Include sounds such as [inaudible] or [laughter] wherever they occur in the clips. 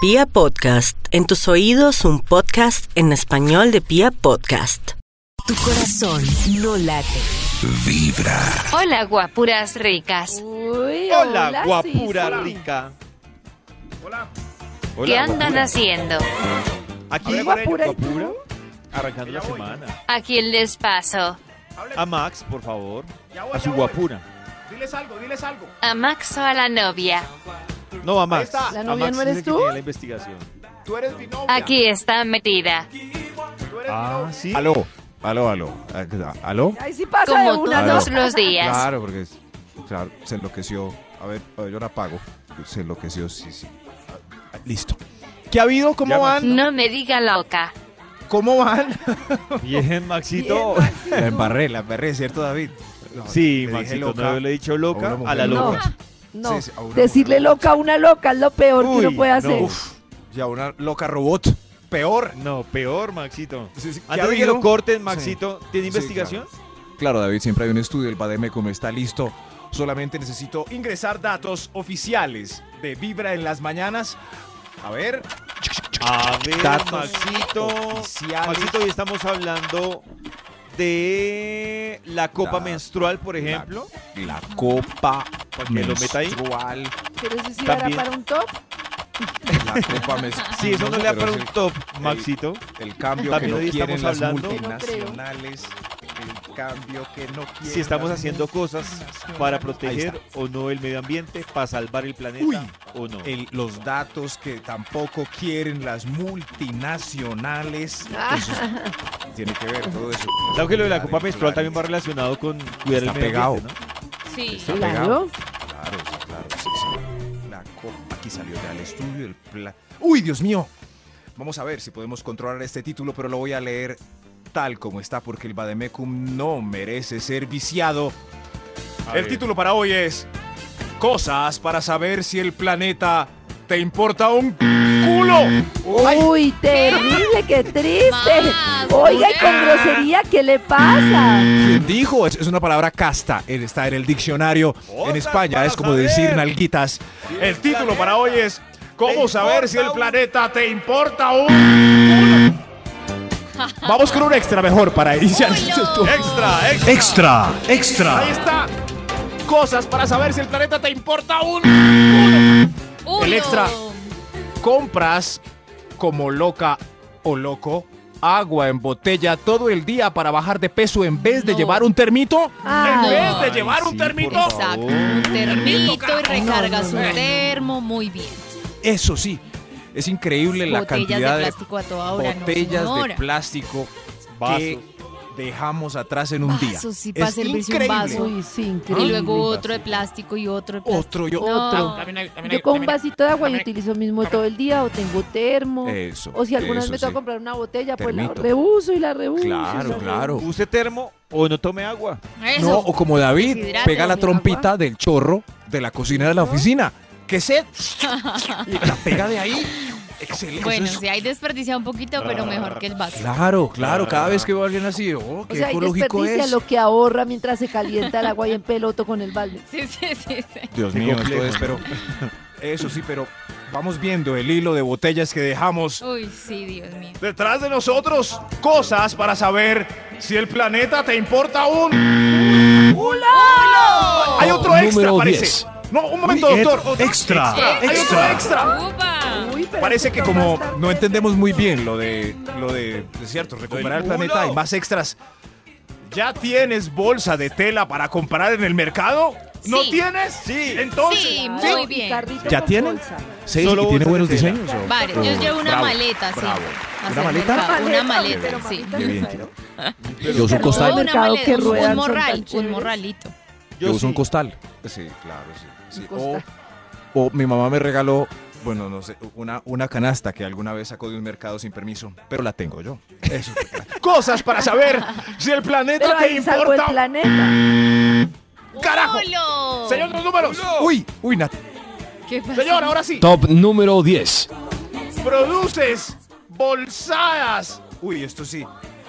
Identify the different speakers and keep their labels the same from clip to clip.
Speaker 1: Pia Podcast, en tus oídos un podcast en español de Pia Podcast.
Speaker 2: Tu corazón no late.
Speaker 3: Hola, guapuras ricas.
Speaker 4: Hola, guapura rica.
Speaker 3: ¿Qué andan haciendo?
Speaker 4: Aquí guapura, arrancando la semana.
Speaker 3: ¿A quién les paso?
Speaker 4: A Max, por favor.
Speaker 5: Ya voy,
Speaker 4: A su
Speaker 5: ya voy.
Speaker 4: guapura.
Speaker 5: Diles algo, diles algo.
Speaker 3: ¿A Max o a la novia?
Speaker 4: No, a Max.
Speaker 5: está. ¿La
Speaker 4: A
Speaker 6: novia
Speaker 4: Max
Speaker 6: no
Speaker 4: es el
Speaker 6: eres
Speaker 4: que
Speaker 6: tú?
Speaker 4: tiene la investigación.
Speaker 5: Tú eres mi novia.
Speaker 3: Aquí está metida.
Speaker 5: Tú eres
Speaker 4: Ah, sí.
Speaker 7: Aló, aló, aló. Ah, ¿Aló?
Speaker 6: Ahí sí pasa de
Speaker 3: Como
Speaker 6: una a
Speaker 3: todos
Speaker 6: dos.
Speaker 3: los días.
Speaker 7: Claro, porque es- claro, se enloqueció. A ver, a ver, yo la apago. Se enloqueció, sí, sí. Ah, Listo.
Speaker 4: ¿Qué ha habido? ¿Cómo van?
Speaker 3: No me diga loca.
Speaker 7: ¿Cómo van?
Speaker 4: Bien, Maxito.
Speaker 7: La embarré, la embarré, ¿cierto, David? No, le
Speaker 4: Sí,
Speaker 7: dije
Speaker 4: Maxito,
Speaker 7: loca
Speaker 4: no le he dicho loca
Speaker 7: una mujer.
Speaker 4: a la
Speaker 6: No,
Speaker 4: loca.
Speaker 6: No,
Speaker 7: Sí, sí, a una
Speaker 6: decirle
Speaker 7: mujer.
Speaker 6: loca a una loca es lo peor que uno
Speaker 4: Uy,
Speaker 6: puede hacer.
Speaker 4: no.
Speaker 7: Uf, y a una loca robot. Peor.
Speaker 4: No, peor, Maxito.
Speaker 7: Sí, sí, ¿qué ha
Speaker 4: Antes de que
Speaker 7: habido?
Speaker 4: lo corten, Maxito, ¿tiene
Speaker 7: Sí,
Speaker 4: investigación?
Speaker 7: Claro, David, siempre hay un estudio. El Bademecum está listo. Solamente necesito ingresar datos oficiales de Vibra en las mañanas. A ver.
Speaker 4: A ver,
Speaker 7: Datos
Speaker 4: Maxito.
Speaker 7: oficiales.
Speaker 4: Maxito, hoy estamos hablando de la copa
Speaker 7: La-
Speaker 4: menstrual, por ejemplo.
Speaker 7: La copa
Speaker 4: Para que lo meta ahí.
Speaker 7: menstrual,
Speaker 6: Pero si sí era
Speaker 4: También.
Speaker 6: para un top,
Speaker 7: La
Speaker 4: [laughs]
Speaker 7: copa menstrual.
Speaker 4: Sí, eso no le da
Speaker 7: Pero
Speaker 4: para
Speaker 7: es
Speaker 4: un
Speaker 7: el-
Speaker 4: top, Maxito.
Speaker 7: El cambio
Speaker 4: También
Speaker 7: que
Speaker 4: hoy
Speaker 7: no
Speaker 4: estamos
Speaker 7: quieren las
Speaker 4: hablando-
Speaker 7: multinacionales. El cambio que no quieren.
Speaker 4: si estamos
Speaker 7: las
Speaker 4: haciendo cosas para
Speaker 7: Ahí
Speaker 4: proteger o no el medio ambiente, para salvar el planeta
Speaker 7: Uy,
Speaker 4: o no.
Speaker 7: el- los datos que tampoco quieren las multinacionales. Entonces, tiene que ver todo eso.
Speaker 4: Claro que lo de la copa menstrual también va relacionado con cuidar el
Speaker 7: Está
Speaker 4: medio
Speaker 7: pegado.
Speaker 4: ambiente, ¿no?
Speaker 3: Sí.
Speaker 7: Está
Speaker 6: claro.
Speaker 7: pegado. Claro, sí, claro, sí, sí. La copa aquí salió ya el estudio, el pla- ¡Uy, Dios mío! Vamos a ver si podemos controlar este título, pero lo voy a leer tal como está, porque el Bademecum no merece ser viciado. el título para hoy es Cosas para saber si el planeta te importa un culo. Ay,
Speaker 6: Uy, terrible, qué triste. Oiga, y con grosería, ¿qué le pasa?
Speaker 7: ¿Quién dijo? Es, es una palabra casta. eh, Está en el diccionario en
Speaker 4: Cosas
Speaker 7: España.
Speaker 4: para
Speaker 7: Es como
Speaker 4: saber.
Speaker 7: decir nalguitas.
Speaker 5: El título para hoy es ¿Cómo
Speaker 4: ¿Te
Speaker 5: saber si el
Speaker 4: importa un-
Speaker 5: planeta te importa un
Speaker 4: [laughs]
Speaker 7: Vamos con un extra mejor para iniciar. este esto.
Speaker 5: extra, extra?
Speaker 8: Extra, extra.
Speaker 5: Ahí está. Cosas para saber si el planeta te importa un
Speaker 7: El extra. Compras como loca o loco agua en botella todo el día para bajar de peso en vez de llevar un termito.
Speaker 5: en
Speaker 6: Ay,
Speaker 5: vez de llevar un termito.
Speaker 7: Oh.
Speaker 9: Exacto, un termito y recargas
Speaker 6: No, no, no.
Speaker 9: un termo, muy bien.
Speaker 7: Eso sí, es increíble la
Speaker 9: botellas
Speaker 7: cantidad de
Speaker 9: de plástico a toda hora,
Speaker 7: botellas
Speaker 9: no
Speaker 7: de
Speaker 9: señora.
Speaker 7: plástico que
Speaker 4: Vasos.
Speaker 7: dejamos atrás en un día.
Speaker 9: Vasos, sí, para
Speaker 7: es
Speaker 9: servirse un
Speaker 7: increíble.
Speaker 9: vaso.
Speaker 6: Uy, sí,
Speaker 9: Y
Speaker 6: increíble.
Speaker 9: luego otro de plástico y otro de plástico.
Speaker 7: Otro y
Speaker 9: No.
Speaker 7: otro.
Speaker 6: Yo con un vasito de agua y utilizo mismo todo el día, o tengo termo.
Speaker 7: Eso,
Speaker 6: O si alguna vez
Speaker 7: Eh, eso
Speaker 6: me toca
Speaker 7: sí.
Speaker 6: comprar una botella, pues
Speaker 7: Termito.
Speaker 6: la reuso y la reuso. y la
Speaker 7: Claro,
Speaker 6: reuso.
Speaker 7: claro.
Speaker 4: Use termo o no tome agua.
Speaker 9: Eso.
Speaker 7: No, o como David,
Speaker 9: Deshidrate,
Speaker 7: pega la
Speaker 9: sin
Speaker 7: trompita del chorro de la cocina de la oficina. Que
Speaker 9: [laughs]
Speaker 7: se y la pega de ahí. Excelente.
Speaker 9: bueno,
Speaker 7: eso es-
Speaker 9: si hay desperdicia un poquito, pero mejor que el vaso.
Speaker 7: Claro, claro, cada vez que veo a alguien así, oh,
Speaker 6: O
Speaker 7: qué
Speaker 6: sea, ahí
Speaker 7: ecológico
Speaker 6: desperdicia
Speaker 7: es.
Speaker 6: lo que ahorra mientras se calienta el agua y en peloto con el balde.
Speaker 9: [laughs] Sí, sí, sí, sí.
Speaker 7: Dios
Speaker 4: Qué
Speaker 7: mío,
Speaker 4: complejo,
Speaker 7: esto es, pero eso sí, pero vamos viendo el hilo de botellas que dejamos.
Speaker 9: Uy, sí, Dios mío.
Speaker 5: Detrás de nosotros, cosas para saber si el planeta te importa un Hay otro extra,
Speaker 8: Número
Speaker 5: parece.
Speaker 8: 10.
Speaker 5: No, un momento,
Speaker 8: Uy,
Speaker 5: doctor.
Speaker 8: et-
Speaker 5: Otro
Speaker 8: extra,
Speaker 5: Hay otro
Speaker 8: extra.
Speaker 5: extra.
Speaker 9: ¡Upa!
Speaker 6: Uy, pero
Speaker 7: Parece
Speaker 6: esto
Speaker 7: que
Speaker 6: es
Speaker 7: como
Speaker 6: bastante
Speaker 7: no entendemos muy bien lo de lo de, es cierto, recuperar el
Speaker 5: culo.
Speaker 7: planeta hay más extras.
Speaker 5: ¿Ya tienes bolsa de tela para comprar en el mercado? ¿No
Speaker 9: Sí.
Speaker 5: tienes? Sí. Entonces,
Speaker 9: Sí,
Speaker 6: Claro,
Speaker 9: muy
Speaker 6: Ah, y
Speaker 9: bien.
Speaker 6: carrito
Speaker 7: ¿Ya
Speaker 6: con
Speaker 7: tienen?
Speaker 6: bolsa.
Speaker 7: Sí,
Speaker 4: Solo
Speaker 7: y tiene
Speaker 4: bolsas de
Speaker 7: buenos
Speaker 4: tela.
Speaker 7: diseños. ¿o?
Speaker 9: Vale, yo llevo una
Speaker 7: Bravo,
Speaker 9: maleta, sí.
Speaker 7: bravo.
Speaker 9: hacia
Speaker 7: ¿Una
Speaker 9: el
Speaker 7: maleta?
Speaker 9: mercado. Una
Speaker 6: Maleta, pero
Speaker 9: maleta, sí.
Speaker 6: maleta
Speaker 7: Qué
Speaker 6: no
Speaker 7: bien.
Speaker 6: sabes.
Speaker 7: Yo uso un
Speaker 6: Pero-
Speaker 9: No,
Speaker 7: costal.
Speaker 6: Al
Speaker 9: una
Speaker 6: mercado
Speaker 9: maleta,
Speaker 6: que
Speaker 9: un-
Speaker 6: ruedan
Speaker 9: un
Speaker 6: son tan
Speaker 9: morral, un
Speaker 6: chéveres.
Speaker 9: morralito.
Speaker 7: Yo, uso un
Speaker 4: sí.
Speaker 7: costal. Sí, claro, sí. sí.
Speaker 6: Un
Speaker 7: O,
Speaker 6: costal.
Speaker 7: o mi mamá me regaló, bueno, no sé, una, una canasta que alguna vez sacó de un mercado sin permiso, pero la tengo yo. Eso. [laughs]
Speaker 5: cosas para saber si el planeta
Speaker 6: Pero
Speaker 5: te
Speaker 6: ahí salvo el
Speaker 5: importa.
Speaker 6: planeta.
Speaker 5: ¡Carajo!
Speaker 9: ¡Solo!
Speaker 5: Señor, los números.
Speaker 7: uy, uy, Nat.
Speaker 9: ¿Qué pasa?
Speaker 5: Señor, ahora sí.
Speaker 8: Top número 10.
Speaker 5: Produces bolsadas,
Speaker 7: Uy, esto sí.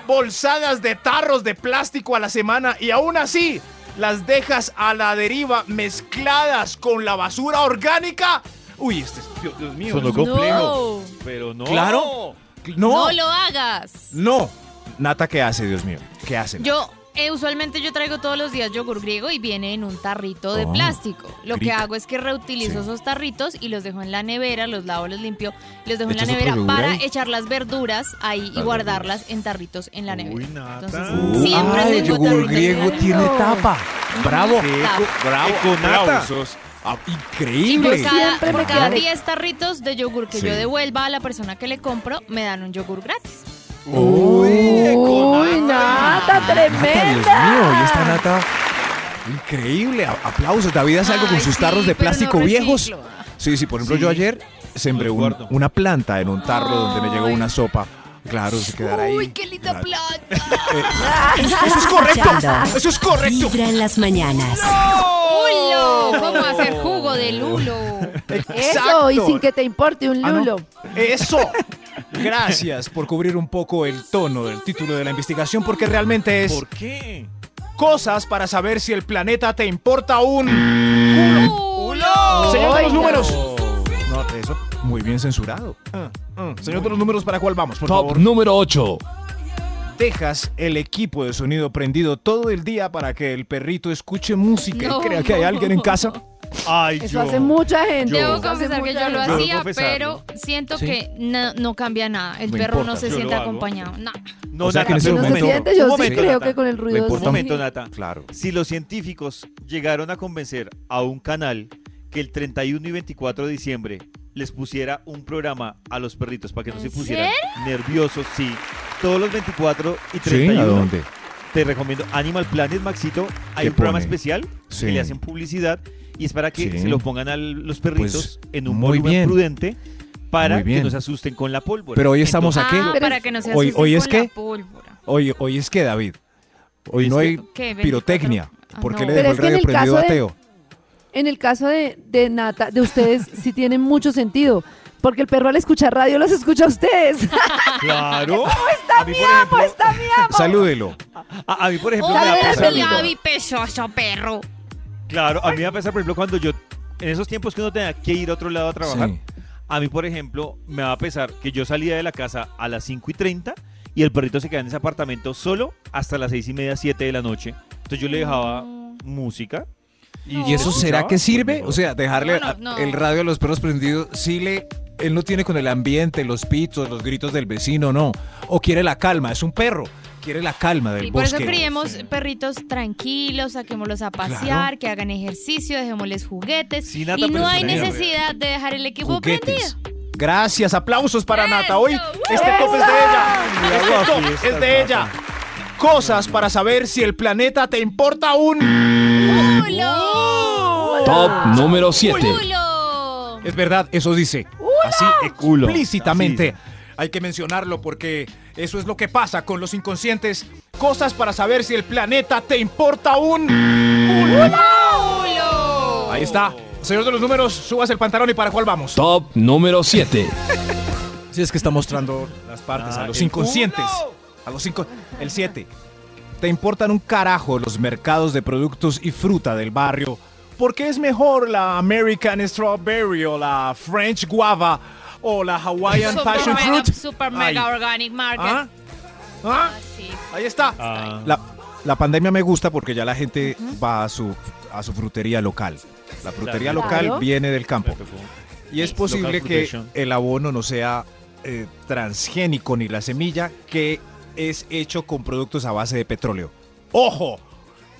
Speaker 5: bolsadas de tarros de plástico a la semana y aún así las dejas a la deriva mezcladas con la basura orgánica.
Speaker 7: Uy, este es, Dios, Dios mío.
Speaker 4: Sonó
Speaker 7: es-
Speaker 4: complejo.
Speaker 9: No.
Speaker 4: Pero no.
Speaker 7: Claro.
Speaker 9: No
Speaker 7: No,
Speaker 9: lo hagas.
Speaker 7: no. Nata, ¿qué hace, Dios mío? ¿Qué hace? Nata?
Speaker 9: Yo, eh, usualmente yo traigo todos los días yogur griego y viene en un tarrito de
Speaker 7: Oh,
Speaker 9: plástico. Lo que
Speaker 7: griego.
Speaker 9: hago es que reutilizo
Speaker 7: Sí.
Speaker 9: esos tarritos y los dejo en la nevera, los lavo, los limpio, los dejo en la
Speaker 7: ¿Echas otro
Speaker 9: nevera
Speaker 7: yogur
Speaker 9: para
Speaker 7: ahí?
Speaker 9: echar las verduras ahí y guardarlas en tarritos en la nevera.
Speaker 4: Uy, Nata.
Speaker 9: Entonces,
Speaker 4: Uh,
Speaker 9: siempre
Speaker 7: Ay,
Speaker 9: tengo
Speaker 7: yogur
Speaker 9: tarritos en
Speaker 7: griego
Speaker 9: la
Speaker 7: tiene
Speaker 9: nevera.
Speaker 7: tapa. Bravo.
Speaker 9: Tapa.
Speaker 7: Bravo.
Speaker 4: Econata.
Speaker 7: Aplausos. Ah,
Speaker 9: Y por
Speaker 7: Increíble.
Speaker 9: cada,
Speaker 6: siempre
Speaker 9: por
Speaker 6: me
Speaker 9: cada
Speaker 6: quedaré-
Speaker 9: 10 tarritos de yogur que
Speaker 7: Sí.
Speaker 9: yo devuelva a la persona que le compro, me dan un yogur gratis.
Speaker 7: Uy,
Speaker 6: Uy, nata
Speaker 7: Ah, Nata, Dios
Speaker 6: tremenda.
Speaker 7: mío, y esta nata. Increíble, a- aplausos. David hace algo con
Speaker 9: Ay,
Speaker 7: sus
Speaker 9: sí,
Speaker 7: tarros de
Speaker 9: pero no
Speaker 7: plástico viejos.
Speaker 9: reciclo.
Speaker 7: Sí, sí, por ejemplo, yo ayer sembré
Speaker 4: Los
Speaker 7: un-
Speaker 4: guardo.
Speaker 7: una planta en un tarro donde me llegó
Speaker 9: Ay.
Speaker 7: una sopa. Claro, se quedará ahí.
Speaker 9: Uy, qué linda
Speaker 7: Claro.
Speaker 9: planta. [laughs]
Speaker 2: Ah, Eso es correcto. Ah, Eso es correcto.
Speaker 7: [laughs]
Speaker 2: Vibra en las mañanas.
Speaker 9: ¡Lulo! ¿Cómo hacer jugo de lulo?
Speaker 6: Eso, y sin que te importe un
Speaker 7: Ah, no.
Speaker 6: lulo.
Speaker 7: Eso. Gracias por cubrir un poco el tono del título de la investigación porque realmente es
Speaker 4: ¿Por qué?
Speaker 7: cosas para saber si el planeta te importa un
Speaker 9: ¡Lulo!
Speaker 7: Señor de los
Speaker 6: Oiga.
Speaker 7: números. No, eso muy bien censurado. Mm, mm. Señor de los números, ¿para cuál vamos? Por
Speaker 8: Top
Speaker 7: favor.
Speaker 8: número 8.
Speaker 7: Dejas el equipo de sonido prendido todo el día para que el perrito escuche música
Speaker 9: No.
Speaker 7: y crea que hay alguien en casa.
Speaker 4: Ay,
Speaker 6: Eso
Speaker 4: yo.
Speaker 6: hace mucha gente.
Speaker 9: Debo
Speaker 6: eso hace
Speaker 9: confesar que
Speaker 6: mucha
Speaker 9: yo lo
Speaker 6: gente.
Speaker 4: Debo
Speaker 9: hacía,
Speaker 4: confesarlo.
Speaker 9: pero siento
Speaker 7: Sí.
Speaker 9: que no, no cambia nada. El
Speaker 7: No
Speaker 9: perro
Speaker 7: importa,
Speaker 9: no se
Speaker 4: yo
Speaker 9: siente
Speaker 4: lo hago.
Speaker 9: acompañado. No.
Speaker 4: No,
Speaker 7: O sea,
Speaker 4: Nata,
Speaker 7: que en ese
Speaker 4: pero un
Speaker 7: momento-
Speaker 4: momento,
Speaker 6: Yo
Speaker 4: un
Speaker 6: sí
Speaker 4: momento,
Speaker 6: creo
Speaker 4: Nata.
Speaker 6: que con el ruido
Speaker 4: Un
Speaker 7: sí.
Speaker 4: momento, Nata.
Speaker 7: Claro.
Speaker 4: Si los científicos llegaron a convencer a un canal que el 31 y 24 de diciembre les pusiera un programa a los perritos para que no
Speaker 9: ¿En
Speaker 4: se pusieran nerviosos, sí. Todos los 24 y
Speaker 7: Sí,
Speaker 4: 31.
Speaker 7: ¿a dónde?
Speaker 4: Te recomiendo Animal Planet, Maxito. Hay
Speaker 7: ¿Qué
Speaker 4: un programa
Speaker 7: pone?
Speaker 4: especial
Speaker 7: Sí.
Speaker 4: que le hacen publicidad y es para que
Speaker 7: Sí. Pues,
Speaker 4: se lo pongan a los perritos en un
Speaker 7: muy
Speaker 4: volumen
Speaker 7: bien.
Speaker 4: prudente para
Speaker 7: Muy bien.
Speaker 4: que no se asusten con la pólvora.
Speaker 7: Pero hoy estamos
Speaker 9: Ah,
Speaker 7: aquí.
Speaker 6: Pero
Speaker 9: para
Speaker 6: es-
Speaker 9: que no se
Speaker 7: hoy-
Speaker 9: asusten
Speaker 7: hoy es
Speaker 9: con
Speaker 7: que-
Speaker 9: la pólvora.
Speaker 7: Hoy, hoy es que, David. Hoy
Speaker 4: Es
Speaker 7: no
Speaker 4: que-
Speaker 7: hay
Speaker 9: ¿Qué, 24?
Speaker 7: pirotecnia.
Speaker 9: Ah,
Speaker 7: ¿Por qué
Speaker 9: no.
Speaker 7: le
Speaker 6: Pero
Speaker 7: dejó
Speaker 6: es
Speaker 7: el
Speaker 6: que en
Speaker 7: radio
Speaker 6: el caso
Speaker 7: prendido a
Speaker 6: de-
Speaker 7: Teo?
Speaker 6: En el caso de, de Nata, de ustedes [laughs] sí tiene mucho sentido, porque el perro al escuchar radio los escucha a ustedes. [laughs]
Speaker 4: Claro.
Speaker 6: ¡Está
Speaker 4: A mí,
Speaker 6: mi
Speaker 4: por
Speaker 6: amo,
Speaker 4: ejemplo-
Speaker 6: está mi amo!
Speaker 7: Salúdelo.
Speaker 4: A, a mí, por ejemplo, me
Speaker 6: Dale,
Speaker 4: da
Speaker 9: ¡Hola,
Speaker 4: pesar-
Speaker 9: mi Gaby pesoso perro!
Speaker 4: Claro, a mí me va a pesar, por ejemplo, cuando yo, en esos tiempos que uno tenía que ir a otro lado a trabajar,
Speaker 7: Sí.
Speaker 4: a mí, por ejemplo, me va a pesar que yo salía de la casa a las 5 y 30 y el perrito se quedaba en ese apartamento solo hasta las 6 y media, 7 de la noche. Entonces yo le dejaba música.
Speaker 7: ¿Y eso será que sirve? O sea, dejarle
Speaker 9: No, no,
Speaker 7: a-
Speaker 9: no.
Speaker 7: el radio a los perros prendidos, sí le... Él no tiene con el ambiente, los pitos, los gritos del vecino, no. O quiere la calma, es un perro. Quiere la calma del
Speaker 9: Y por
Speaker 7: bosque.
Speaker 9: eso criemos perritos tranquilos, saquémoslos a pasear, que hagan ejercicio, dejémosles juguetes.
Speaker 4: Sí, Nata,
Speaker 9: y
Speaker 4: pero
Speaker 9: no
Speaker 4: sí
Speaker 9: hay
Speaker 4: la-
Speaker 9: necesidad de dejar el equipo
Speaker 7: Juguetes.
Speaker 9: prendido.
Speaker 7: Gracias, aplausos para Nata. Hoy
Speaker 9: ¡Eso!
Speaker 7: este top es de ella.
Speaker 4: Cuidado
Speaker 7: Este
Speaker 4: a
Speaker 7: top
Speaker 4: fiesta,
Speaker 7: es de ella. Cosas para saber si el planeta te importa un...
Speaker 9: ¡Culo!
Speaker 8: Top número 7.
Speaker 9: ¡Culo!
Speaker 7: Es verdad, eso dice. Así
Speaker 4: Culo.
Speaker 7: explícitamente.
Speaker 4: Así
Speaker 7: Hay que mencionarlo porque eso es lo que pasa con los inconscientes. Cosas para saber si el planeta te importa un...
Speaker 9: ¡Culo!
Speaker 7: Ahí está. Señor de los números, subas el pantalón y para cuál vamos.
Speaker 8: Top número 7.
Speaker 7: Si es que está mostrando las partes
Speaker 4: Ah,
Speaker 7: a los
Speaker 4: el
Speaker 7: inconscientes. A los cinco. El 7. Te importan un carajo los mercados de productos y fruta del barrio. Porque es mejor la American Strawberry o la French Guava o la Hawaiian
Speaker 9: Super
Speaker 7: Passion
Speaker 9: mega-
Speaker 7: Fruit.
Speaker 9: Super mega
Speaker 7: Ay.
Speaker 9: organic market.
Speaker 7: ¿Ah? ¿Ah?
Speaker 9: Sí.
Speaker 7: Ahí está.
Speaker 4: Ah.
Speaker 7: La, la pandemia me gusta porque ya la gente va a su, a su frutería local. La frutería
Speaker 4: Claro.
Speaker 7: local
Speaker 6: Claro.
Speaker 7: viene del campo.
Speaker 4: Me tocó.
Speaker 7: Y es
Speaker 9: Sí.
Speaker 7: posible
Speaker 4: Local
Speaker 7: que
Speaker 4: fruition.
Speaker 7: el abono no sea eh, transgénico ni la semilla que es hecho con productos a base de petróleo. ¡Ojo!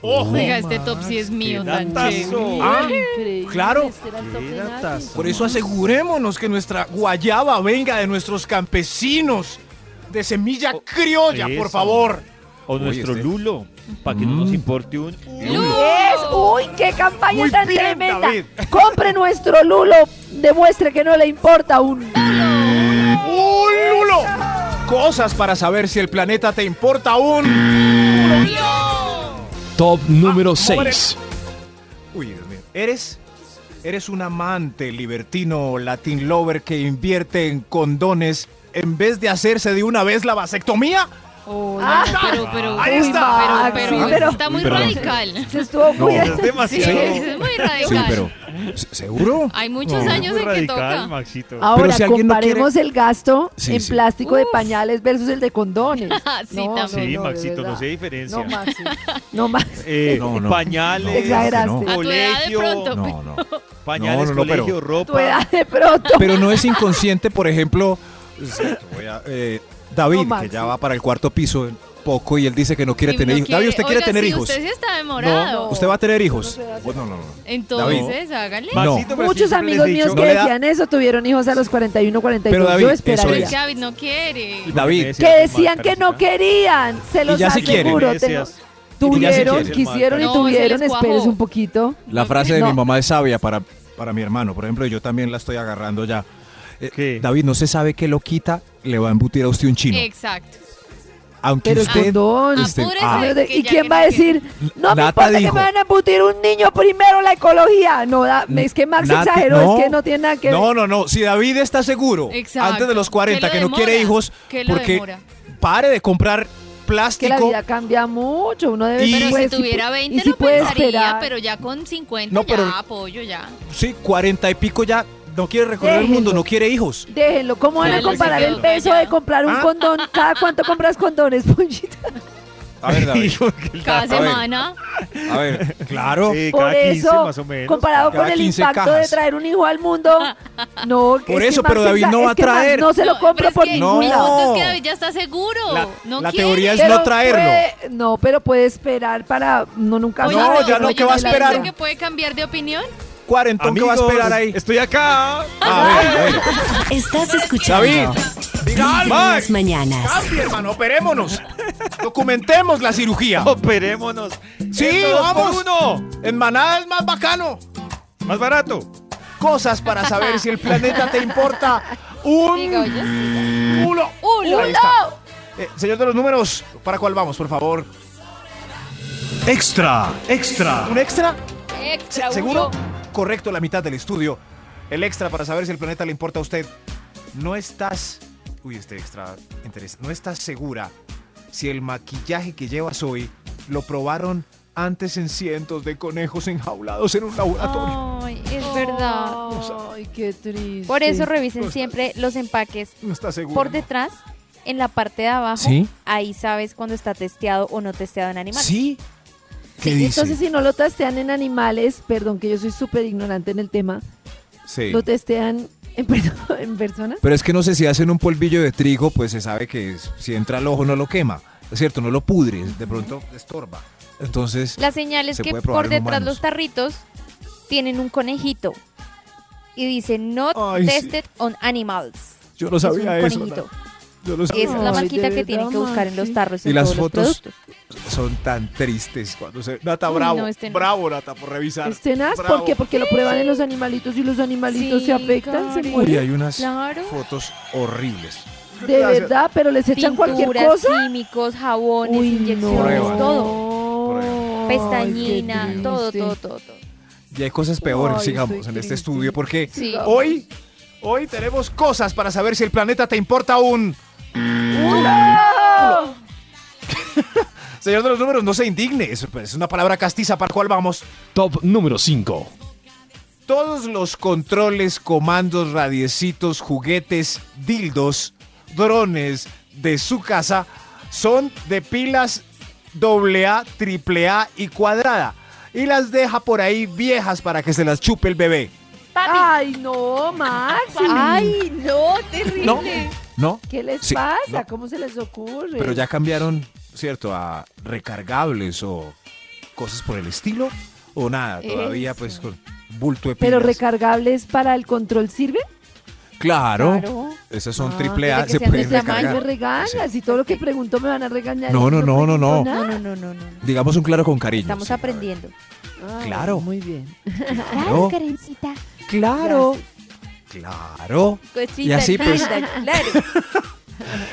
Speaker 7: ¡Ojo!
Speaker 9: Oiga, este top sí es mío,
Speaker 4: qué
Speaker 9: tan
Speaker 4: datazo.
Speaker 9: chévere.
Speaker 7: Ah,
Speaker 6: Increíble,
Speaker 7: claro.
Speaker 6: este era el top de Nati.
Speaker 7: Por eso asegurémonos que nuestra guayaba venga de nuestros campesinos, de semilla criolla, por
Speaker 4: Oh, eso.
Speaker 7: favor.
Speaker 4: O
Speaker 7: Uy,
Speaker 4: nuestro
Speaker 7: este-
Speaker 4: Lulo, para que no nos
Speaker 7: Mm.
Speaker 4: importe un...
Speaker 6: Es, uy, qué campaña
Speaker 7: Muy
Speaker 6: tan
Speaker 7: bien,
Speaker 6: tremenda.
Speaker 7: David.
Speaker 6: Compre nuestro lulo, demuestre que no le importa un.
Speaker 7: ¡Un lulo! Cosas para saber si el planeta te importa un...
Speaker 8: Top número
Speaker 7: Ah, pobre.
Speaker 8: 6.
Speaker 7: Uy, Dios mío. ¿Eres? ¿Eres un amante libertino latin lover que invierte en condones en vez de hacerse de una vez la vasectomía?
Speaker 9: Oh, no,
Speaker 6: Ah.
Speaker 9: pero, pero,
Speaker 5: Ahí
Speaker 9: uy,
Speaker 5: está.
Speaker 9: Pero, pero,
Speaker 6: Sí, pero-
Speaker 9: está muy
Speaker 4: Perdón.
Speaker 9: radical.
Speaker 6: Se estuvo
Speaker 4: No,
Speaker 6: muy... [laughs]
Speaker 4: es
Speaker 9: Sí,
Speaker 4: demasiado.
Speaker 9: es muy radical.
Speaker 7: Sí, pero ¿se- ¿seguro?
Speaker 9: Hay muchos
Speaker 4: No, es
Speaker 9: años
Speaker 4: muy
Speaker 9: en que
Speaker 4: radical,
Speaker 9: toca.
Speaker 4: Maxito.
Speaker 6: Ahora,
Speaker 7: si alguien no quiere-
Speaker 6: comparemos el gasto
Speaker 7: Sí,
Speaker 6: en
Speaker 7: sí. Ah,
Speaker 6: plástico de pañales versus el
Speaker 7: [laughs]
Speaker 6: de condones.
Speaker 9: Sí, también.
Speaker 4: sí,
Speaker 6: de
Speaker 4: Maxito, no
Speaker 6: verdad.
Speaker 4: sé diferencia.
Speaker 6: No, Maxi. No, Maxi.
Speaker 4: Eh,
Speaker 7: No, no.
Speaker 6: Te
Speaker 4: Pañales,
Speaker 6: exageraste.
Speaker 7: no.
Speaker 9: A tu edad de
Speaker 4: colegio,
Speaker 9: pronto.
Speaker 7: No, no.
Speaker 4: pañales,
Speaker 7: No, no, no, pero-
Speaker 4: colegio,
Speaker 6: Tu
Speaker 4: ropa.
Speaker 6: edad de pronto.
Speaker 7: Pero no es inconsciente, por ejemplo, voy a- eh, David,
Speaker 6: No,
Speaker 7: que ya
Speaker 6: Maxi.
Speaker 7: va para el cuarto piso en poco y él dice que no quiere
Speaker 9: Si
Speaker 7: tener
Speaker 9: no
Speaker 7: hijos. David, ¿usted quiere
Speaker 9: Oiga,
Speaker 7: tener
Speaker 9: sí,
Speaker 7: hijos?
Speaker 9: Usted sí está demorado.
Speaker 7: No, usted va a tener hijos.
Speaker 6: No se hace.
Speaker 7: Bueno, no, no, no.
Speaker 9: Entonces, hágale.
Speaker 7: Ma-
Speaker 4: Maxito, pero si yo
Speaker 6: Muchos
Speaker 4: siempre les
Speaker 6: amigos
Speaker 4: he dicho-
Speaker 6: míos
Speaker 7: No
Speaker 6: que
Speaker 7: le da-
Speaker 6: decían eso tuvieron hijos a los 41, 42.
Speaker 7: Pero, David,
Speaker 6: Yo
Speaker 7: eso
Speaker 9: Pero
Speaker 6: esperaría.
Speaker 9: es que David no quiere.
Speaker 7: David.
Speaker 4: Porque me
Speaker 6: Que decían que no
Speaker 4: decías,
Speaker 6: querían. Se los
Speaker 7: ya si quieren.
Speaker 6: aseguro.
Speaker 4: Me decías.
Speaker 6: tengo-
Speaker 7: Y ya si
Speaker 6: Tuvieron,
Speaker 7: quieren.
Speaker 6: quisieron y
Speaker 9: No, se
Speaker 6: tuvieron.
Speaker 9: les cuajó.
Speaker 6: Espérese un poquito.
Speaker 7: La
Speaker 9: No,
Speaker 7: frase de
Speaker 6: no.
Speaker 7: mi mamá es sabia para, para mi hermano, por ejemplo, y yo también la estoy agarrando ya. Eh,
Speaker 4: ¿Qué?
Speaker 7: David, no se sabe qué lo quita, le va a embutir a usted un chino.
Speaker 9: Exacto.
Speaker 7: Aunque
Speaker 6: Pero el
Speaker 7: usted...
Speaker 6: condón.
Speaker 7: usted-
Speaker 9: Apúrese.
Speaker 7: ah,
Speaker 6: Pero de-
Speaker 9: que
Speaker 6: ¿Y
Speaker 9: ya
Speaker 6: quién
Speaker 9: que
Speaker 6: va a
Speaker 9: no
Speaker 6: decir? No me
Speaker 7: Nata
Speaker 6: importa que
Speaker 7: dijo.
Speaker 6: me van a embutir un niño primero la ecología. No, da- es que Max
Speaker 7: Nati-
Speaker 6: exageró, es que no tiene nada que ver.
Speaker 7: No, no, no. Si David está seguro
Speaker 9: Exacto.
Speaker 7: antes de los 40
Speaker 9: ¿Qué
Speaker 7: que
Speaker 9: lo
Speaker 7: no quiere
Speaker 9: demora?
Speaker 7: hijos,
Speaker 9: ¿Qué lo
Speaker 7: porque
Speaker 9: demora?
Speaker 7: pare de comprar
Speaker 6: que la
Speaker 7: plástico.
Speaker 6: vida cambia mucho. Uno debe
Speaker 7: Y-
Speaker 6: pues,
Speaker 9: Pero si
Speaker 6: pues,
Speaker 9: tuviera
Speaker 6: pu-
Speaker 9: 20
Speaker 6: y si
Speaker 9: lo
Speaker 6: puede
Speaker 9: pensaría,
Speaker 6: esperar.
Speaker 9: pero ya con 50
Speaker 7: No, pero-
Speaker 9: ya apoyo ya.
Speaker 7: Sí, 40 y pico ya no quiere recorrer el
Speaker 6: Déjenlo.
Speaker 7: mundo, no quiere hijos.
Speaker 6: Déjenlo. ¿Cómo van a
Speaker 9: Déjenlo,
Speaker 6: comparar
Speaker 9: que
Speaker 6: el
Speaker 9: quedó
Speaker 6: peso
Speaker 9: callado.
Speaker 6: de comprar un
Speaker 7: Ah.
Speaker 6: condón? ¿Cada cuánto compras condones, Ponchita?
Speaker 7: A ver,
Speaker 4: [laughs]
Speaker 7: David.
Speaker 4: Dijo que la-
Speaker 9: Cada
Speaker 7: ver.
Speaker 9: semana.
Speaker 7: A ver, claro.
Speaker 4: eh,
Speaker 6: Por
Speaker 4: cada 15
Speaker 6: eso,
Speaker 4: más o menos.
Speaker 6: comparado
Speaker 7: cada
Speaker 6: con el
Speaker 7: 15
Speaker 6: impacto
Speaker 7: cajas.
Speaker 6: de traer un hijo
Speaker 10: [laughs]
Speaker 6: al mundo, no. que
Speaker 7: Por
Speaker 6: es que
Speaker 7: eso,
Speaker 6: Max
Speaker 7: pero David
Speaker 6: exa-
Speaker 7: no va
Speaker 6: es
Speaker 7: a
Speaker 6: que Max
Speaker 7: traer.
Speaker 6: No se lo compro por
Speaker 9: es que
Speaker 7: ningún
Speaker 9: mi
Speaker 7: lado.
Speaker 9: punto es que David ya está seguro.
Speaker 7: La-
Speaker 9: no
Speaker 7: la
Speaker 9: quiere.
Speaker 7: teoría es
Speaker 6: Pero
Speaker 7: no traerlo.
Speaker 6: puede- no, pero puede esperar para. No, nunca.
Speaker 9: Oye,
Speaker 7: No,
Speaker 6: sabe.
Speaker 7: ya no,
Speaker 9: oye,
Speaker 7: ¿qué va a
Speaker 9: ¿no
Speaker 7: esperar?
Speaker 9: piensa que puede cambiar de opinión?
Speaker 7: Cuarentón, ¿qué va a
Speaker 4: Amigos,
Speaker 7: esperar ahí?
Speaker 4: Estoy acá.
Speaker 7: A ver, a ver.
Speaker 2: Estás escuchando.
Speaker 7: David,
Speaker 5: Diga
Speaker 2: En
Speaker 5: algo.
Speaker 2: las mañanas.
Speaker 5: Cambie, hermano, operémonos. Documentemos la cirugía.
Speaker 4: Operémonos.
Speaker 5: Sí,
Speaker 4: Es dos por
Speaker 5: vamos.
Speaker 4: Uno.
Speaker 5: En Maná es más bacano.
Speaker 4: Más barato.
Speaker 5: Cosas para saber si el planeta te importa un
Speaker 9: Diga, oye, sí.
Speaker 5: culo.
Speaker 9: Uno.
Speaker 5: Ahí está. Eh, señor de los números, ¿para cuál vamos, por favor?
Speaker 11: Extra, extra.
Speaker 5: ¿Un extra?
Speaker 9: Extra uno.
Speaker 5: ¿Seguro? Correcto, la mitad del estudio. El extra para saber si el planeta le importa a usted. No estás. Uy, este extra interesa. No estás segura si el maquillaje que llevas hoy lo probaron antes en cientos de conejos enjaulados en un laboratorio.
Speaker 9: Ah.
Speaker 10: Ay,
Speaker 9: Oh,
Speaker 10: es verdad.
Speaker 6: Ay, qué triste.
Speaker 10: Oh. Por eso revisen
Speaker 9: Pues,
Speaker 10: siempre los empaques
Speaker 5: No estás segura.
Speaker 10: por
Speaker 5: ¿no?
Speaker 10: detrás, en la parte de abajo.
Speaker 7: ¿Sí?
Speaker 10: Ahí sabes cuando está testeado o no testeado en animales.
Speaker 7: ¿Sí? ¿Qué
Speaker 6: Sí,
Speaker 7: dice?
Speaker 6: Entonces, si no lo testean en animales, perdón que yo soy súper ignorante en el tema,
Speaker 7: Sí.
Speaker 6: lo testean en, [laughs] perso- en personas.
Speaker 7: Pero es que no sé si hacen un polvillo de trigo, pues se sabe que es- si entra al ojo no lo quema. Es cierto, no lo pudre, de pronto estorba. Entonces,
Speaker 10: La señal es
Speaker 7: Se
Speaker 10: que
Speaker 7: puede probar
Speaker 10: por
Speaker 7: en
Speaker 10: detrás
Speaker 7: humanos.
Speaker 10: los tarritos tienen un conejito y dice not
Speaker 7: Ay, sí.
Speaker 10: tested on animals.
Speaker 7: yo no sabía
Speaker 10: es un
Speaker 7: eso.
Speaker 10: conejito.
Speaker 7: Nat. Yo no
Speaker 10: Esa es la
Speaker 6: Ay,
Speaker 10: marquita
Speaker 6: de
Speaker 10: que tienen que
Speaker 6: verdad,
Speaker 10: buscar en los
Speaker 6: Maxi.
Speaker 10: tarros.
Speaker 7: Y
Speaker 10: en
Speaker 7: las
Speaker 10: todos los
Speaker 7: fotos-
Speaker 10: productos.
Speaker 7: Son tan tristes cuando se... Nata,
Speaker 9: Uy,
Speaker 7: bravo.
Speaker 9: no, este no.
Speaker 7: Bravo, Nata, por revisar.
Speaker 6: Es tenaz,
Speaker 7: Bravo.
Speaker 6: ¿por qué? Porque lo prueban en los animalitos y los animalitos
Speaker 9: Sí,
Speaker 6: se afectan, se
Speaker 9: Karen.
Speaker 7: Y
Speaker 6: mueren.
Speaker 7: hay unas
Speaker 9: Claro.
Speaker 7: fotos horribles.
Speaker 6: De verdad, pero les echan cualquier
Speaker 10: Pinturas,
Speaker 6: cosa.
Speaker 10: químicos, jabones, inyecciones,
Speaker 7: Prueban.
Speaker 10: todo.
Speaker 6: Ay, qué
Speaker 10: Pestañina,
Speaker 6: triste.
Speaker 10: todo, todo, todo, todo.
Speaker 7: Y hay cosas peores,
Speaker 6: Ay,
Speaker 7: sigamos,
Speaker 6: estoy
Speaker 7: en este
Speaker 6: triste.
Speaker 7: estudio, porque
Speaker 9: Sí.
Speaker 5: Hoy, hoy tenemos cosas para saber si el planeta te importa un.
Speaker 6: ¡No!
Speaker 5: Señor de los números, no se indigne. Es, pues, es una palabra castiza. ¿Para cuál vamos?
Speaker 8: Top número 5.
Speaker 5: Todos los controles, comandos, radiecitos, juguetes, dildos, drones de su casa son de pilas AA, AAA y cuadrada. Y las deja por ahí viejas para que se las chupe el bebé.
Speaker 6: Ay, no, Max. Ay, no, terrible.
Speaker 7: No, no,
Speaker 6: ¿Qué les
Speaker 7: Sí,
Speaker 6: pasa?
Speaker 7: no.
Speaker 6: ¿Cómo se les ocurre?
Speaker 7: pero ya cambiaron, ¿cierto? A recargables o cosas por el estilo, o nada, todavía
Speaker 9: Eso.
Speaker 7: pues con bulto de
Speaker 6: ¿Pero
Speaker 7: pilas.
Speaker 6: recargables para el control sirven?
Speaker 7: Claro,
Speaker 10: Claro.
Speaker 7: esas son
Speaker 6: Ah,
Speaker 7: triple A,
Speaker 10: desde que
Speaker 7: se
Speaker 10: sean de
Speaker 7: pueden
Speaker 10: ese tamaño,
Speaker 6: Ay, me
Speaker 7: recargar.
Speaker 6: regañas y todo lo que pregunto me van a regañar.
Speaker 7: No, no, no, no, no.
Speaker 6: pregunto
Speaker 10: No,
Speaker 6: nada.
Speaker 10: no, no, no, no. no.
Speaker 7: Digamos un claro con cariño.
Speaker 10: Estamos
Speaker 7: sí, a ver.
Speaker 10: aprendiendo.
Speaker 6: Ay,
Speaker 7: Claro.
Speaker 6: Ah, Muy bien.
Speaker 7: Claro,
Speaker 10: Karencita.
Speaker 7: claro, claro. Y así, pues.
Speaker 10: claro.
Speaker 7: [laughs]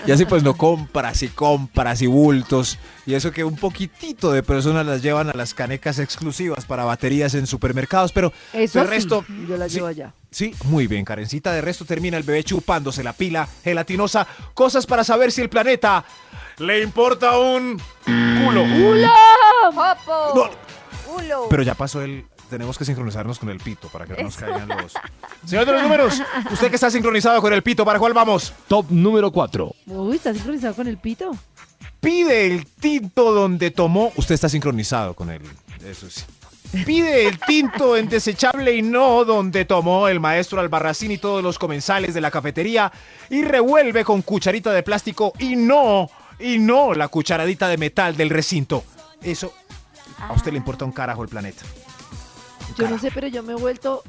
Speaker 7: Y así pues no compras y compras y bultos. Y eso que un poquitito de personas las llevan a las canecas exclusivas para baterías en supermercados. Pero
Speaker 6: Eso
Speaker 7: de
Speaker 6: sí,
Speaker 7: resto,
Speaker 6: yo la
Speaker 7: sí.
Speaker 6: llevo allá.
Speaker 7: sí, muy bien, Karencita. De resto termina el bebé chupándose la pila gelatinosa. Cosas para saber si el planeta le importa un culo.
Speaker 10: ¡Jopo! ¡Hulo!
Speaker 7: Pero ya pasó el. Tenemos que sincronizarnos con el pito para que no nos
Speaker 10: Eso.
Speaker 7: caigan los. Señor de los números, usted que está sincronizado con el pito, ¿para cuál vamos?
Speaker 8: Top número 4.
Speaker 6: Uy, está sincronizado con el pito.
Speaker 7: Pide el tinto donde tomó. Usted está sincronizado con el. Eso sí. Pide el tinto en desechable y no donde tomó el maestro Albarracín y todos los comensales de la cafetería y revuelve con cucharita de plástico y no, y no la cucharadita de metal del recinto. Eso, a usted le importa un carajo el planeta.
Speaker 6: Yo no sé, pero yo me he vuelto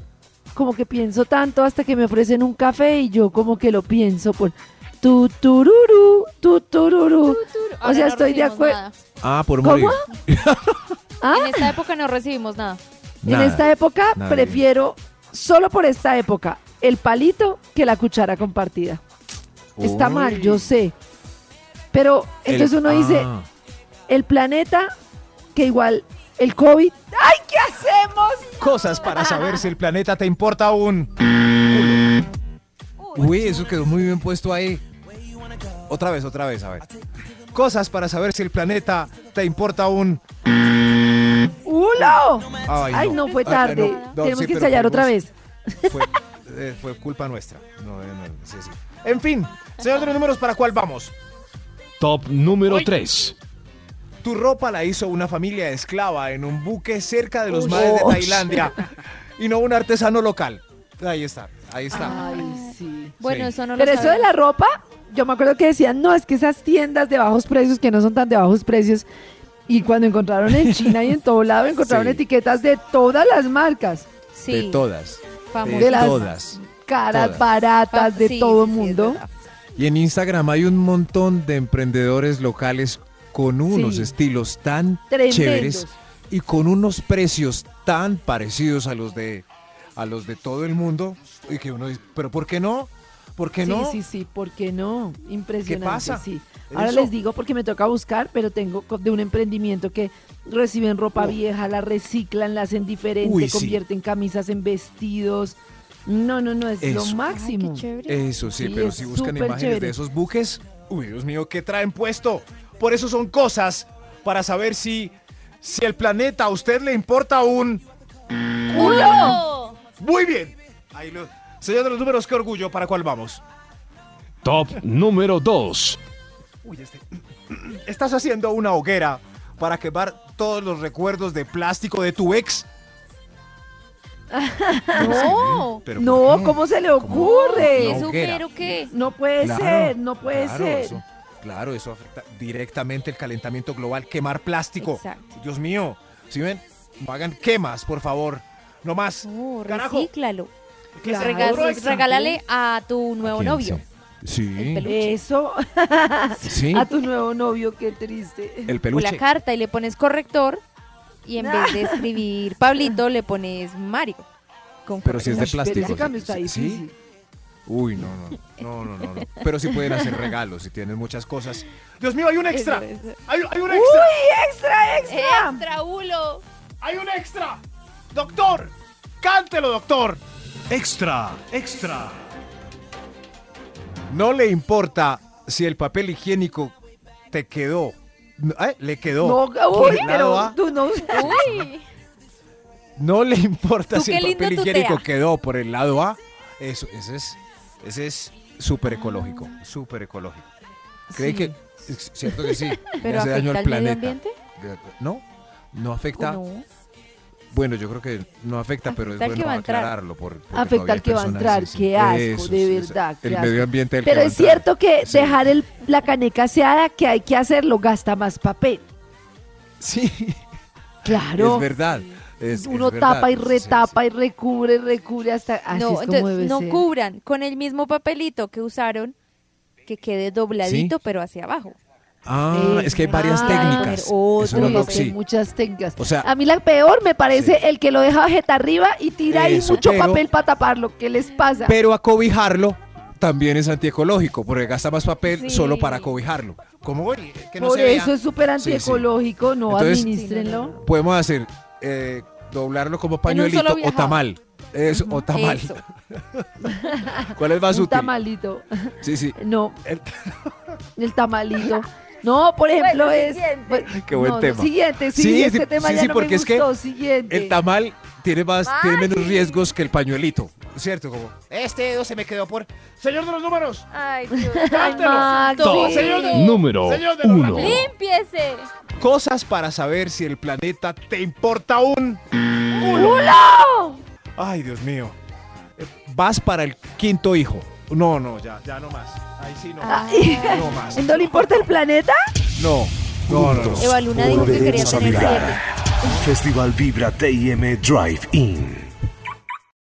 Speaker 6: como que pienso tanto hasta que me ofrecen un café y yo como que lo pienso por tu tururú, tu tururú. O
Speaker 10: Ahora
Speaker 6: sea,
Speaker 10: no
Speaker 6: estoy de
Speaker 10: recibimos
Speaker 6: acuerdo.
Speaker 10: nada.
Speaker 7: Ah, por
Speaker 6: ¿Cómo?
Speaker 7: morir.
Speaker 6: ¿Ah?
Speaker 10: En esta época no recibimos nada.
Speaker 6: En esta época
Speaker 7: nada.
Speaker 6: prefiero, solo por esta época, el palito que la cuchara compartida. Está mal, yo sé. Pero entonces uno dice,
Speaker 7: ah.
Speaker 6: el planeta, que igual el COVID. ¡Ay, qué hacemos!
Speaker 7: Cosas para saber si el planeta te importa un. Uy, eso quedó muy bien puesto ahí. Otra vez, otra vez, a ver. Cosas para saber si el planeta te importa un.
Speaker 6: ¡Hulo!
Speaker 7: Ay,
Speaker 6: Ay, no, fue tarde.
Speaker 7: Ay, no, no,
Speaker 6: Tenemos
Speaker 7: sí,
Speaker 6: que
Speaker 7: pero
Speaker 6: ensayar
Speaker 7: fue
Speaker 6: otra
Speaker 7: vos.
Speaker 6: vez.
Speaker 7: Fue, eh, fue culpa nuestra. No, eh, no, sí, sí. En fin, señor de los números, ¿para cuál vamos?
Speaker 8: Top número 3.
Speaker 7: Tu ropa la hizo una familia esclava en un buque cerca de los mares de
Speaker 6: Uy.
Speaker 7: Tailandia y no un artesano local. Ahí está, ahí está.
Speaker 6: Ay, sí.
Speaker 10: Bueno,
Speaker 7: Sí.
Speaker 10: eso no lo
Speaker 6: Pero eso de
Speaker 10: sabemos.
Speaker 6: la ropa, yo me acuerdo que decían, no, es que esas tiendas de bajos precios que no son tan de bajos precios. Y cuando
Speaker 10: [laughs]
Speaker 6: encontraron en China y en todo lado, encontraron
Speaker 7: Sí.
Speaker 6: etiquetas de todas las marcas.
Speaker 10: Sí,
Speaker 7: todas.
Speaker 10: famoso.
Speaker 6: de las
Speaker 7: todas.
Speaker 6: caras
Speaker 7: Todas.
Speaker 6: baratas de
Speaker 10: Ah, Sí,
Speaker 6: todo el
Speaker 10: sí, sí, es
Speaker 6: mundo.
Speaker 10: verdad.
Speaker 7: Y en Instagram hay un montón de emprendedores locales con unos
Speaker 6: Sí.
Speaker 7: estilos tan
Speaker 6: Tremendos.
Speaker 7: chéveres y con unos precios tan parecidos a los de a los de todo el mundo y que uno dice, pero ¿por qué no? ¿Por qué
Speaker 6: sí,
Speaker 7: no?
Speaker 6: sí, sí, ¿por qué no? Impresionante.
Speaker 7: pasa?
Speaker 6: Sí.
Speaker 7: ¿En
Speaker 6: Ahora
Speaker 7: eso?
Speaker 6: les digo porque me toca buscar, pero tengo co- de un emprendimiento que reciben ropa vieja, la reciclan, la hacen diferente,
Speaker 7: Oh. Uy, sí.
Speaker 6: convierten camisas en vestidos. No, no, no, es lo
Speaker 7: Eso.
Speaker 10: Ay,
Speaker 6: máximo.
Speaker 10: qué chévere.
Speaker 7: Eso sí,
Speaker 6: Sí,
Speaker 7: pero
Speaker 6: es
Speaker 7: si buscan
Speaker 6: súper
Speaker 7: imágenes
Speaker 6: chévere.
Speaker 7: de esos buques, uy, Dios mío, ¿qué traen puesto? Por eso son cosas para saber si si el planeta a usted le importa un
Speaker 10: ¡Hulo!
Speaker 7: muy bien. Ahí lo- Señor de los números, qué orgullo, ¿para cuál vamos?
Speaker 8: Top número 2.
Speaker 7: Uy, este. [clears throat] Estás haciendo una hoguera para quemar todos los recuerdos de plástico de tu ex.
Speaker 10: No.
Speaker 7: Pero ¿por
Speaker 6: No,
Speaker 7: qué
Speaker 6: ¿cómo se le
Speaker 10: ¿Y
Speaker 6: ocurre?
Speaker 10: eso
Speaker 7: hoguera.
Speaker 10: pero qué?
Speaker 6: No puede
Speaker 7: Claro,
Speaker 6: ser, no puede
Speaker 7: claro,
Speaker 6: ser.
Speaker 7: Eso, claro, eso afecta directamente el calentamiento global, quemar plástico.
Speaker 10: Exacto.
Speaker 7: Dios mío, si ven, no hagan quemas, por favor. No más.
Speaker 10: No,
Speaker 7: Carajo.
Speaker 10: recíclalo.
Speaker 6: Claro,
Speaker 10: Regal-
Speaker 6: exacto.
Speaker 10: regálale a tu nuevo novio. El
Speaker 7: Sí, Eh,
Speaker 10: peluche.
Speaker 6: Eso,
Speaker 7: sí.
Speaker 6: a tu nuevo novio, qué triste.
Speaker 7: El
Speaker 10: O la
Speaker 7: peluche.
Speaker 10: carta y le pones corrector y en vez
Speaker 7: [laughs]
Speaker 10: de escribir Pablito le pones Mario. Con
Speaker 7: Pero si es de
Speaker 6: Ush, pero
Speaker 7: plástico.
Speaker 6: Ese cambio está
Speaker 7: Sí, sí.
Speaker 6: difícil.
Speaker 7: Uy, no, no, no, no, no, no. Pero sí pueden hacer regalos si tienen muchas cosas. Dios mío, hay un extra.
Speaker 10: Eso, eso.
Speaker 7: Hay, hay un
Speaker 6: ¡Uy,
Speaker 7: extra.
Speaker 6: extra,
Speaker 10: ¡Eh,
Speaker 6: extra!
Speaker 10: ¡Extra hulo!
Speaker 7: ¡Hay un extra! ¡Doctor! ¡Cántelo, doctor! ¡Extra! ¡Extra! No le importa si el papel higiénico te quedó. ¿eh? Le quedó.
Speaker 6: No,
Speaker 7: por
Speaker 6: uy,
Speaker 7: el lado
Speaker 6: pero
Speaker 7: A.
Speaker 6: tú no.
Speaker 10: ¡Uy!
Speaker 7: No le importa
Speaker 10: Tú
Speaker 7: si
Speaker 10: qué
Speaker 7: el
Speaker 10: lindo
Speaker 7: papel higiénico
Speaker 10: tutea.
Speaker 7: quedó por el lado A. Eso, ese es. Ese es súper ecológico. Súper ecológico. Creí
Speaker 10: Sí.
Speaker 7: que. Es cierto
Speaker 6: [laughs]
Speaker 7: que sí. le
Speaker 10: ¿Pero
Speaker 7: hace
Speaker 10: afecta
Speaker 7: daño al
Speaker 10: al medio
Speaker 7: planeta.
Speaker 10: ambiente?
Speaker 7: No, no afecta.
Speaker 10: No.
Speaker 7: Bueno, yo creo que no afecta, pero es
Speaker 10: Afecta al que
Speaker 7: bueno
Speaker 10: va a entrar.
Speaker 7: aclararlo. Por, porque
Speaker 6: Afecta
Speaker 7: todavía
Speaker 6: al
Speaker 7: hay
Speaker 6: que va a
Speaker 7: personas
Speaker 6: entrar,
Speaker 7: así,
Speaker 6: qué
Speaker 7: sí.
Speaker 6: así.
Speaker 7: Eso,
Speaker 6: asco, de
Speaker 7: sí, o sea,
Speaker 6: verdad, qué
Speaker 7: El
Speaker 6: asco.
Speaker 7: medio ambiente del que
Speaker 6: Pero
Speaker 7: va a
Speaker 6: es
Speaker 7: entrar.
Speaker 6: cierto que
Speaker 7: Sí.
Speaker 6: dejar el- la caneca aseada que hay que hacerlo gasta más papel.
Speaker 7: [laughs] Sí,
Speaker 6: Claro.
Speaker 7: es verdad. es-
Speaker 6: Uno
Speaker 7: es verdad,
Speaker 6: tapa y
Speaker 7: sí, sí,
Speaker 6: retapa y recubre, recubre hasta así es
Speaker 10: No,
Speaker 6: como debe
Speaker 10: entonces no
Speaker 6: ser.
Speaker 10: cubran con el mismo papelito que usaron que quede dobladito pero hacia abajo.
Speaker 7: sí. Ah, es que hay varias
Speaker 6: Ah,
Speaker 7: técnicas.
Speaker 10: pero
Speaker 7: Eso
Speaker 6: Uy,
Speaker 7: no
Speaker 10: otro,
Speaker 7: lo-
Speaker 6: es que hay
Speaker 7: sí.
Speaker 6: muchas tengas.
Speaker 7: O sea-
Speaker 6: a mí la peor me parece
Speaker 7: Sí.
Speaker 6: el que lo deja jeta arriba y tira ahí
Speaker 7: Eso,
Speaker 6: mucho
Speaker 7: pero-
Speaker 6: papel para taparlo. ¿Qué les pasa?
Speaker 7: Pero acobijarlo también es antiecológico, porque gasta más papel
Speaker 10: Sí.
Speaker 7: solo para acobijarlo. ¿Cómo voy? Que no
Speaker 6: Por
Speaker 7: se
Speaker 6: eso
Speaker 7: vea.
Speaker 6: es súper
Speaker 7: Sí, sí.
Speaker 6: antiecológico, no
Speaker 7: Entonces-
Speaker 6: administrenlo.
Speaker 7: Podemos hacer eh, doblarlo como pañuelito
Speaker 10: solo
Speaker 7: o
Speaker 10: viajado.
Speaker 7: tamal. Eso, o tamal.
Speaker 10: Eso.
Speaker 7: [laughs] ¿Cuál es más
Speaker 6: Un
Speaker 7: útil?
Speaker 6: tamalito. [laughs]
Speaker 7: Sí, sí.
Speaker 6: No,
Speaker 7: El- [laughs]
Speaker 6: el tamalito. No, por ejemplo,
Speaker 2: Bueno,
Speaker 6: es.
Speaker 2: siguiente.
Speaker 6: bueno,
Speaker 7: Ay, qué buen
Speaker 6: no, no,
Speaker 7: tema.
Speaker 6: siguiente, sí,
Speaker 7: Sí,
Speaker 6: este
Speaker 7: sí,
Speaker 6: tema
Speaker 7: sí,
Speaker 6: ya
Speaker 7: sí,
Speaker 6: no
Speaker 7: porque
Speaker 6: me
Speaker 7: es que
Speaker 6: gustó, siguiente.
Speaker 7: El tamal tiene más, tiene menos
Speaker 2: Ay.
Speaker 7: riesgos que el pañuelito. ¿Cierto? Como, este dedo se me quedó por. Señor de los números.
Speaker 2: Ay,
Speaker 7: [laughs]
Speaker 2: Dios.
Speaker 6: Ay,
Speaker 2: Ay,
Speaker 6: Maxi.
Speaker 8: Top
Speaker 6: [laughs]
Speaker 8: número
Speaker 7: Señor de los
Speaker 8: 1.
Speaker 2: Límpiese.
Speaker 7: Cosas para saber si el planeta te importa un. Ay, Dios mío. Eh, Vas para el quinto hijo. No, no, ya, ya no más. Ahí sí no más.
Speaker 6: Ay.
Speaker 7: No más.
Speaker 6: ¿No le importa el planeta?
Speaker 7: No. No, no, no.
Speaker 10: Eva Luna dijo que quería
Speaker 11: Volveremos a
Speaker 10: tener
Speaker 11: vibrar.
Speaker 10: siete.
Speaker 11: Festival Vibra TIM Drive In.